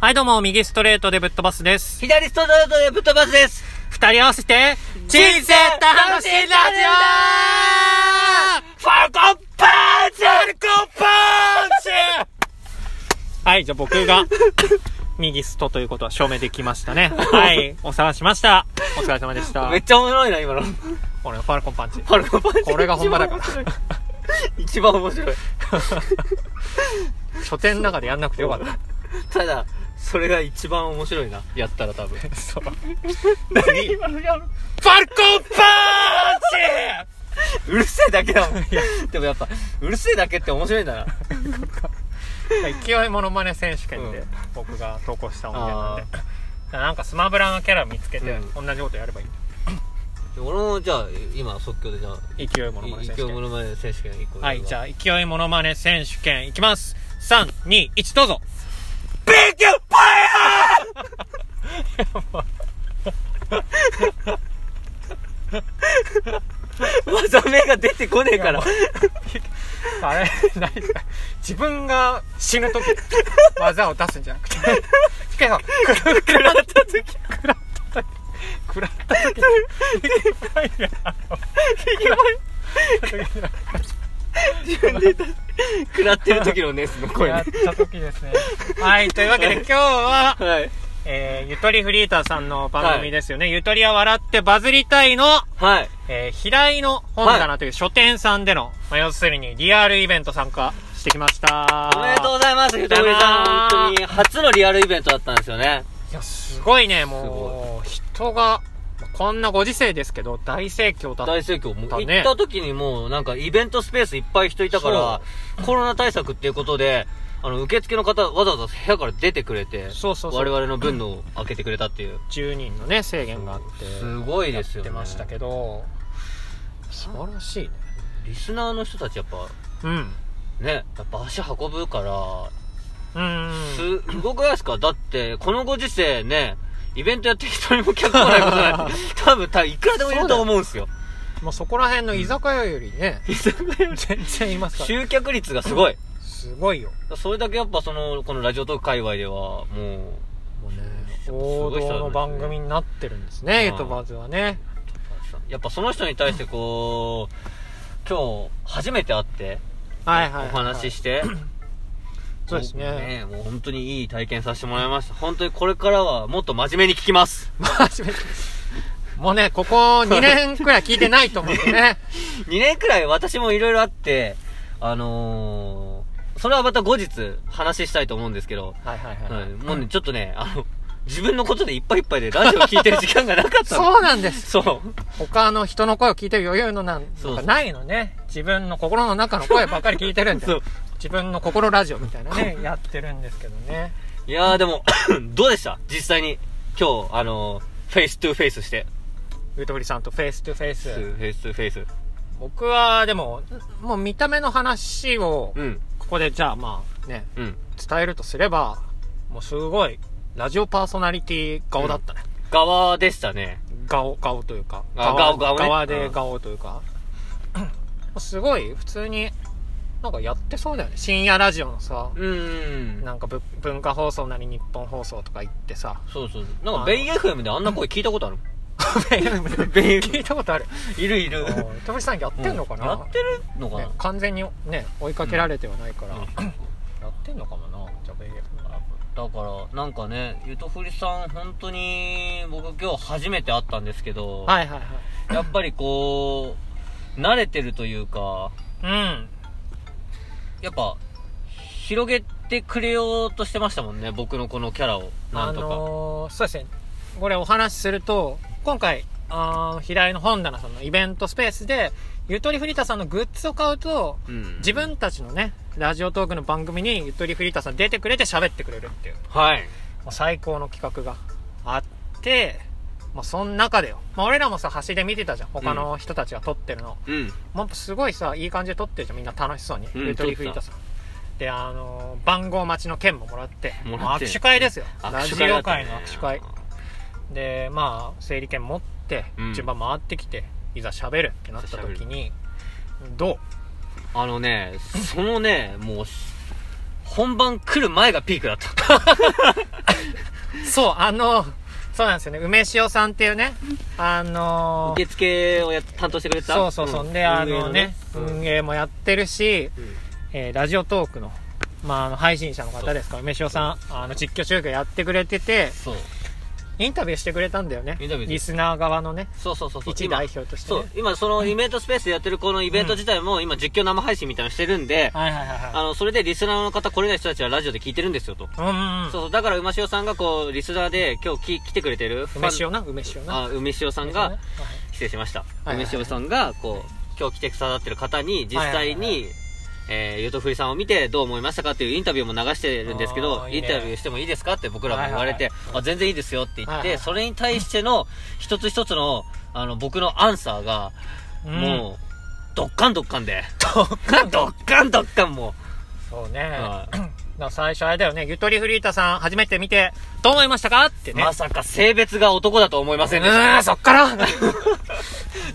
はい、どうも、右ストレートでぶっ飛ばすです。左ストレートでぶっ飛ばすです。二人合わせて、人生楽しいラジファルコンパンチオアルコパンチはい、じゃあ僕が、 右ストということは証明できましたね。はい、お騒がせしました。お疲れ様でした めっ。ちゃ面白いな、今の。フ俺のファルコンパンチ。ァルコンパンチ。これが本場だから。一番面白い。書店の中でやんなくてよかった。ただ、それが一番面白いな。やったら多分。そう。 何今のやるファルコンパンうるせえだけだもん。 でもやっぱ、うるせえだけって面白いんだな。チ勢いモノマネ選手権でうん僕が投稿した音源なんであ。 なんかスマブラのキャラ見つけて、同じことやればいい。ー俺もじゃあ、今即興でじゃあ、勢いモノマネ一選手挙権も。のまね選手権一個。はい、じゃあ、勢いモノマネ選手権いきます。3、2、1、どうぞ。ビッグパイヤー技名が出てこねえから。あれ、何ですか自分が死 ぬとき、技を出すんじゃなくて、しかも、くらったとき、くらったとき、くらったとき、ファイヤーを自分で食らってる時のネスの声やねっ。たときですね。はい、というわけで今日は、はい。えー、ゆとりフリーターさんの番組ですよね。ゆとりは笑ってバズりたいの、はい。えー、平井の本棚という書店さんでの、まあ、要するにリアルイベント参加してきました。おめでとうございます、ゆとりさん。本当に、初のリアルイベントだったんですよね。いや、すごいね、もう、人が、まあこんなご時世ですけど、大盛況だった。大盛況。もうだね行った時にもう、なんかイベントスペースいっぱい人いたから、コロナ対策っていうことで、あの、受付の方、わざわざ部屋から出てくれて、そうそうそう我々の分のを開けてくれたっていう。 10人のね、制限があって、すごいでやすよ、ってね。ましたけど、素晴らしいね。リスナーの人たちやっぱ、うん。ね、やっぱ足運ぶから、うーん。す、すごくないですかだって、このご時世ね、イベントやって一人も客来ないこ となんて、多分、多分いくらでもいると思うんですよ。もうそこら辺の居酒屋よりね、全然いますから。集客率がすごい。すごいよ。それだけやっぱその、このラジオトーク界隈では、ももうね、す王ごい道人なんですねの番組になってるんですうんね、ゆとばずはね。う、やっぱその人に対してこう、今日、初めて会って、はいはいはい。お話しして、 そうですね。もう本当にいい体験させてもらいました。本当にこれからはもっと真面目に聞きます。真面目に もうね、ここ2年くらい聞いてないと思って ね。 2年くらい私もいろいろあって、あのー、それはまた後日話したいと思うんですけど、はいはいはい。はい、もうね、ちょっとね、あの、自分のことでいっぱいいっぱいでラジオ聞いてる時間がなかったの。そうなんです。そう。他の人の声を聞いてる余裕のなんそうそうなんかないのね。自分の心の中の声ばっかり聞いてるんでそう。自分の心ラジオみたいなね、やってるんですけどね。いやーでも、 どうでした実際に、今日、あのー、フェイストゥフェイスして。ゆとりさんとフェイストゥフェイフス。ェイストゥフェイス。僕はでも、もう見た目の話をう、ん、ここでじゃあまあね、うん。伝えるとすれば、もうすごい、ラジオパーソナリティ顔だったね。側でしたね。顔、顔というか。あ側顔顔ね側で顔というか。 すごい、普通に、なんかやってそうだよね。深夜ラジオのさ、うーん。なんかぶ文化放送なり日本放送とか行って さ、そうそう。なんか、ベイ FM であんな声聞いたことある聞いたことある。いるいる。とぶりさんやってんのかな、やってるのかなね、完全にね、追いかけられてはないから、うん やってんのかもな、じゃあ BF だから、なんかね、ゆとふりさん、本当に、僕今日初めて会ったんですけど、はいはいやっぱりこう、慣れてるというか、はい。うん。やっぱ、広げてくれようとしてましたもんね、僕のこのキャラを。なあんとか。のー、そうですね、これお話しすると、今回、あー平井の本棚さんのイベントスペースで、ゆとりフリータさんのグッズを買うと、うん自分たちのね、ラジオトークの番組にゆとりフリータさん出てくれて喋ってくれるっていう、もはい。う最高の企画があって、まあ、その中でよ。まあ、俺らもさ、端で見てたじゃん。他の人たちが撮ってるの。うん。もっとすごいさ、いい感じで撮ってるじゃん。みんな楽しそうに。うんゆとりフリータさん。で、あのー番号待ちの券ももらって、もらって握手会ですよ。ラ握ジ手会だオったね界の握手会。でまあ整理券持ってうん順番回ってきて、いざ喋るってなった時にどうあのね、そのね、もう、本番来る前がピークだった。 そう、あの、そうなんですよね。梅塩さんっていうね、あの受付をやっ担当してくれてたそうそうそう。んで、あのね、運営の運営もやってるし、うんえーラジオトークの、まあ、あの配信者の方ですから、梅塩さん、あの、実況中継やってくれてて、そうインタビューしてくれたんだよね。インタビューリスナー側のね、そうそうそうそう一代表としてそねう。今そのイベントスペースでやってるこのイベント自体も今実況生配信みたいなのしてるんで、はいはいはいあのそれでリスナーの方来れない人たちはラジオで聞いてるんですよと、はい。うん、うん。そうそうだから馬塩さんがこうリスナーで今日き来てくれてるファン梅塩な、梅塩な。あ梅塩さん梅が塩ねはい失礼しました、はいはいはい梅塩さんがこう今日来てくださってる方に実際に、はいはいえーゆとふりさんを見てどう思いましたかっていうインタビューも流してるんですけあどーいいねインタビューしてもいいですかって僕らも言われて、はいあ全然いいですよって言って、はいはいそれに対しての一つ一つのあの僕のアンサーが、うんもうドッカンドッカンでドッカンドッカンドッカンもそうね。う、はだいから最初あれだよね、ゆとりフリータさん初めて見て、どう思いましたかってね。まさか性別が男だと思いませんでしうーん、そっから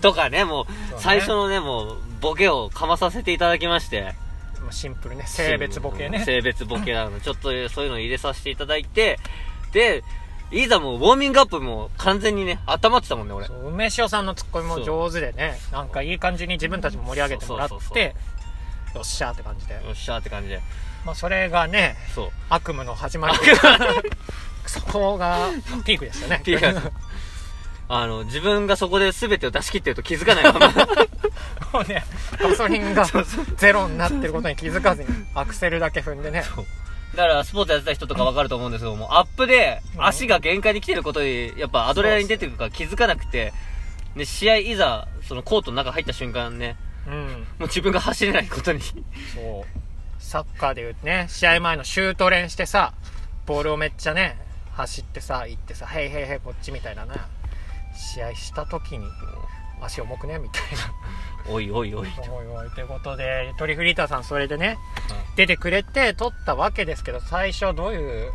たとかねもうそうね最初のねもうボケをかまさせていただきましてもうシンプルね、性別ボケね。性別ボケなの。ちょっとそういうの入れさせていただいて、で、いざもうウォーミングアップも完全にね、温まってたもんね、俺。そう梅塩さんのツッコミも上手でねなんかいい感じに自分たちも盛り上げてもらっそうそうそうてよっしゃーって感じで、よっしゃーって感じで。まあ、それがねそう。悪夢の始まり そこがピークでしたねピー クですあの、自分がそこで全てを出し切ってると気づか ないまま。もうねガソリンがゼロになってることに気づかずにアクセルだけ踏んでねだから、スポーツやってた人とかわかると思うんですけども、アップでうん足が限界に来てることに、やっぱアドレナリン出てるから気づかなくて、で、試合いざ、そのコートの中入った瞬間ね、うんもう自分が走れないことに。そうサッカーでいうとね試合前のシュート練してさボールをめっちゃね走ってさ行ってさ「へいへいへいこっち」みたいなな試合した時に足重くねみたいなおいおいおい。おいおいということでトリフリーターさんそれでね、出てくれて撮ったわけですけど最初どういう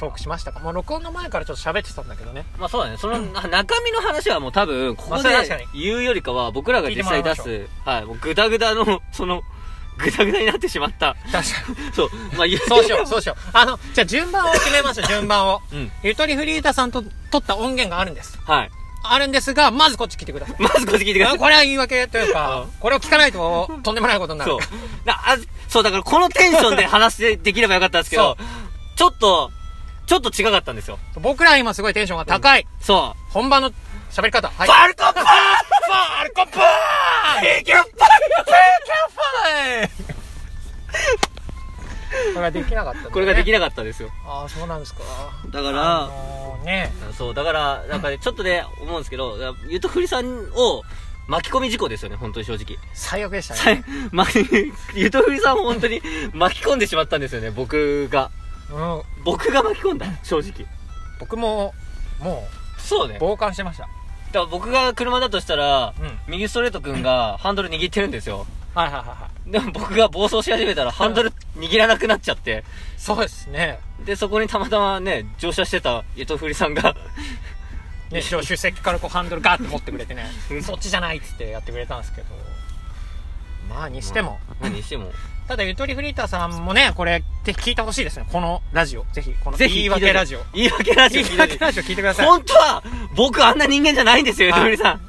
トークしましたかもう録音の前からちょっと喋ってたんだけどねまあそうだね。そのな中身の話はもう多分、ここでまあそれは確か言うよりかは、僕らが実際出聞す、はい、もうグダグダの、その、グダグダになってしま った。確かにそう、まあ言そうしようそうしようあのじゃあ順番を決めましょう順番をう。うん。ゆとりフリーターさんと撮った音源があるんですはい。あるんですがまずこっち来てくださいまずこっち聞いてくださあい。これは言い訳というかうんこれを聞かないととんでもないことになるそう。だあそう、だからこのテンションで話でできればよかったんですけど、ちょっと、ちょっと違かったんですよ。僕ら今すごいテンションが高い、そ本番の喋り方はう。いファルコンパーファルコンパーいけファルコン これができなかったんだね、これができなかったですよ。ああそうなんですかだかあら、のーねそう、だから、なんかね、ちょっとね、思うんですけど、ゆとふりさんを巻き込み事故ですよね、本当に正直。最悪でしたさねいま ゆとふりさんを本当に巻き込んでしまったんですよね、僕が。うん僕が巻き込んだ、正直。僕ももそうねうだか傍観してましたら僕が車だとしたら、うん右ストレートくんがハンドル握ってるんですよ。はいはいはいはいでも僕が暴走し始めたらハンドル握らなくなっちゃって。そうですねで、そこにたまたまね、乗車してたゆとふりさんが、ね後ろ主席からこうハンドルガーって持ってくれてねうんそっちじゃないっつってやってくれたんですけどまあにしても、何しても。ただゆとりフリーターさんもねこれぜひ聞いてほしいですねこのラジオぜひこの ぜひ言い訳ラジオ言い訳ラジオ言聞いていください。訳ラジオ聞いてください本当は、僕あんな人間じゃないんですよ、ゆはいとりさん。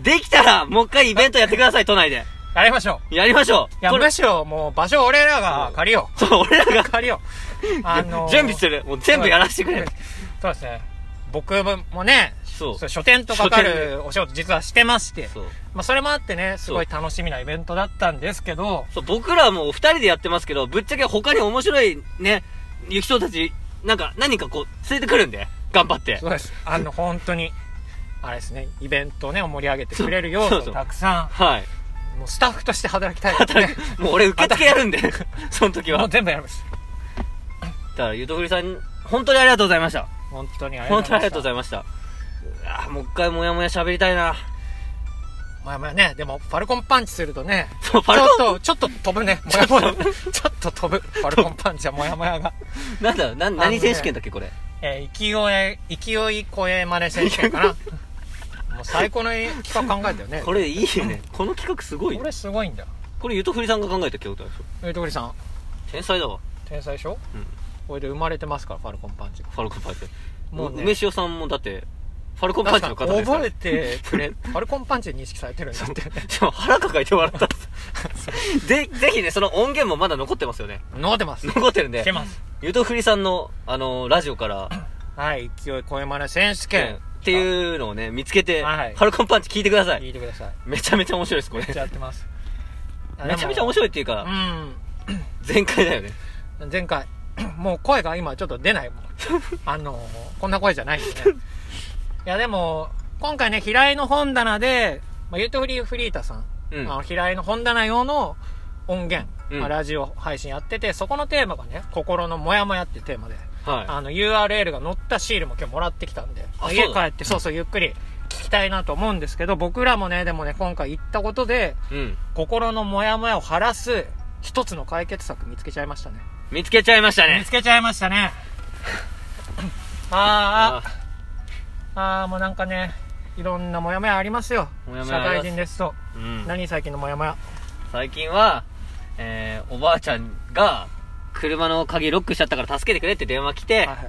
できたら、もう一回イベントやってください、都内で。やりましょうやりましょう。いやこれむしろもう場所俺らが借りよそう、俺 らうが、借りようあのー準備する。もう全部やらせてくれ。そうですね僕もねそう。そそうう。書店とかか書店でるお仕事実はしてましてそうまあ、それもあってねすごい楽しみなイベントだったんですけど僕らはもう二人でやってますけど、ぶっちゃけ他に面白いね、ゆきそうたち、なんか、何かこう、連れてくるんで、頑張って。そうですあの本当にあれですねイベントをね盛り上げてくれる要そう素そうたくさはい。んもうスタッフとして働きたいです働ねくもう俺受付やるんで、 その時もは。うだ全部やりますから、ゆとふりさん、本当にありがとうございました。本当にありが本と当にありがとうごうござざいまいました。うわぁもう一回もやもや喋りたいな。したまあまあねでもファルコンパンチするとねそう、ちパょルっコンとちょっと飛ぶねもやもやちょっと飛ぶファルコンパンチはもやもや が、なんだな、のね何選手権だっけ、これ。えー、勢い勢い声真似選手権かなもう最高の企画考えたよねこれいいよね。この企画すごいこよ。れすごいんだよこれ、ゆとふりさんが考えた企画なんですよ。えー、とりさん天才だわ。天才でしょうん。これで生まれてますからファルコンパンチがファルコンパンチ。ももうう、ね梅塩さんもだって、ファルコンパンチの方ですから覚えてく れファルコンパンチで認識されてるんだってでも腹抱えて笑ったんです。で、ぜひね、その音源もまだ残ってますよね。残ってます残ってるんで来て。ますゆとふりさんの、あのラジオから、はい勢い声真似選手剣権っていうのをね、見つけて、はいファルコンパンチ聞いてくださ聞い。いてくださいめちゃめちゃ面白いです、これ。めっちゃやってます めちゃめちゃ白面白いっていうか、い全開だよね。うん前回 もう声が今ちょっと出ない もんあのこんな声じゃないですねいやでも今回ね平井の本棚で、まあ、ゆとふりフリータさんうん。あの平井の本棚用の音源、うんまあラジオ配信やっててそこのテーマがね「心のモヤモヤ」ってテーマで、はあの URL が載ったシールも今日もらってきたんであ家そう帰だってそうそうゆっくり聞きたいなと思うんですけど僕らもねでもね今回行ったことでい。うん。心のモヤモヤを晴らす一つの解決策見つけちゃいましたね見つけちゃいました見ね。つけちゃいましたねあーあああーもうなんかねいろんなモヤモヤありますよモヤモ社ヤあります会人ですとあうん。何最近のモヤモヤ最近は、えー、おばあちゃんが、車の鍵ロックしちゃったから助けてくれって電話来て、はいはいは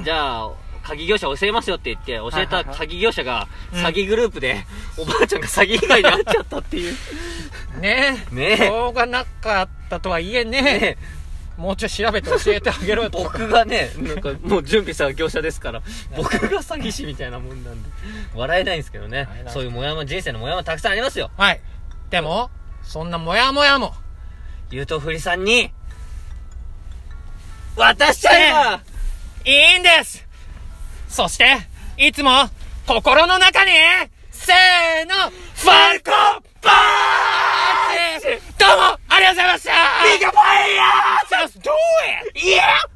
いじゃあ、鍵業者教えますよって言って、教えはたいはいはい鍵業者が、うん詐欺グループで、 おばあちゃんが詐欺被害に遭っちゃったっていう。ねえねえしょうがなかったとはいえねねもうちょい調べて教えてあげろよと僕がね、なんかもう準備した業者ですから、僕が詐欺師みたいなもんなんで。笑えないんですけどね笑え。ないそういうもやも、人生のもやもたくさんありますよ。はいでもそんなモヤモヤもゆうとふりさんに、渡しちゃえば、いいんですそしていつも心の中にせーのファルコンパーチどうもありがとうございました Big fire! Just do it! Yeah!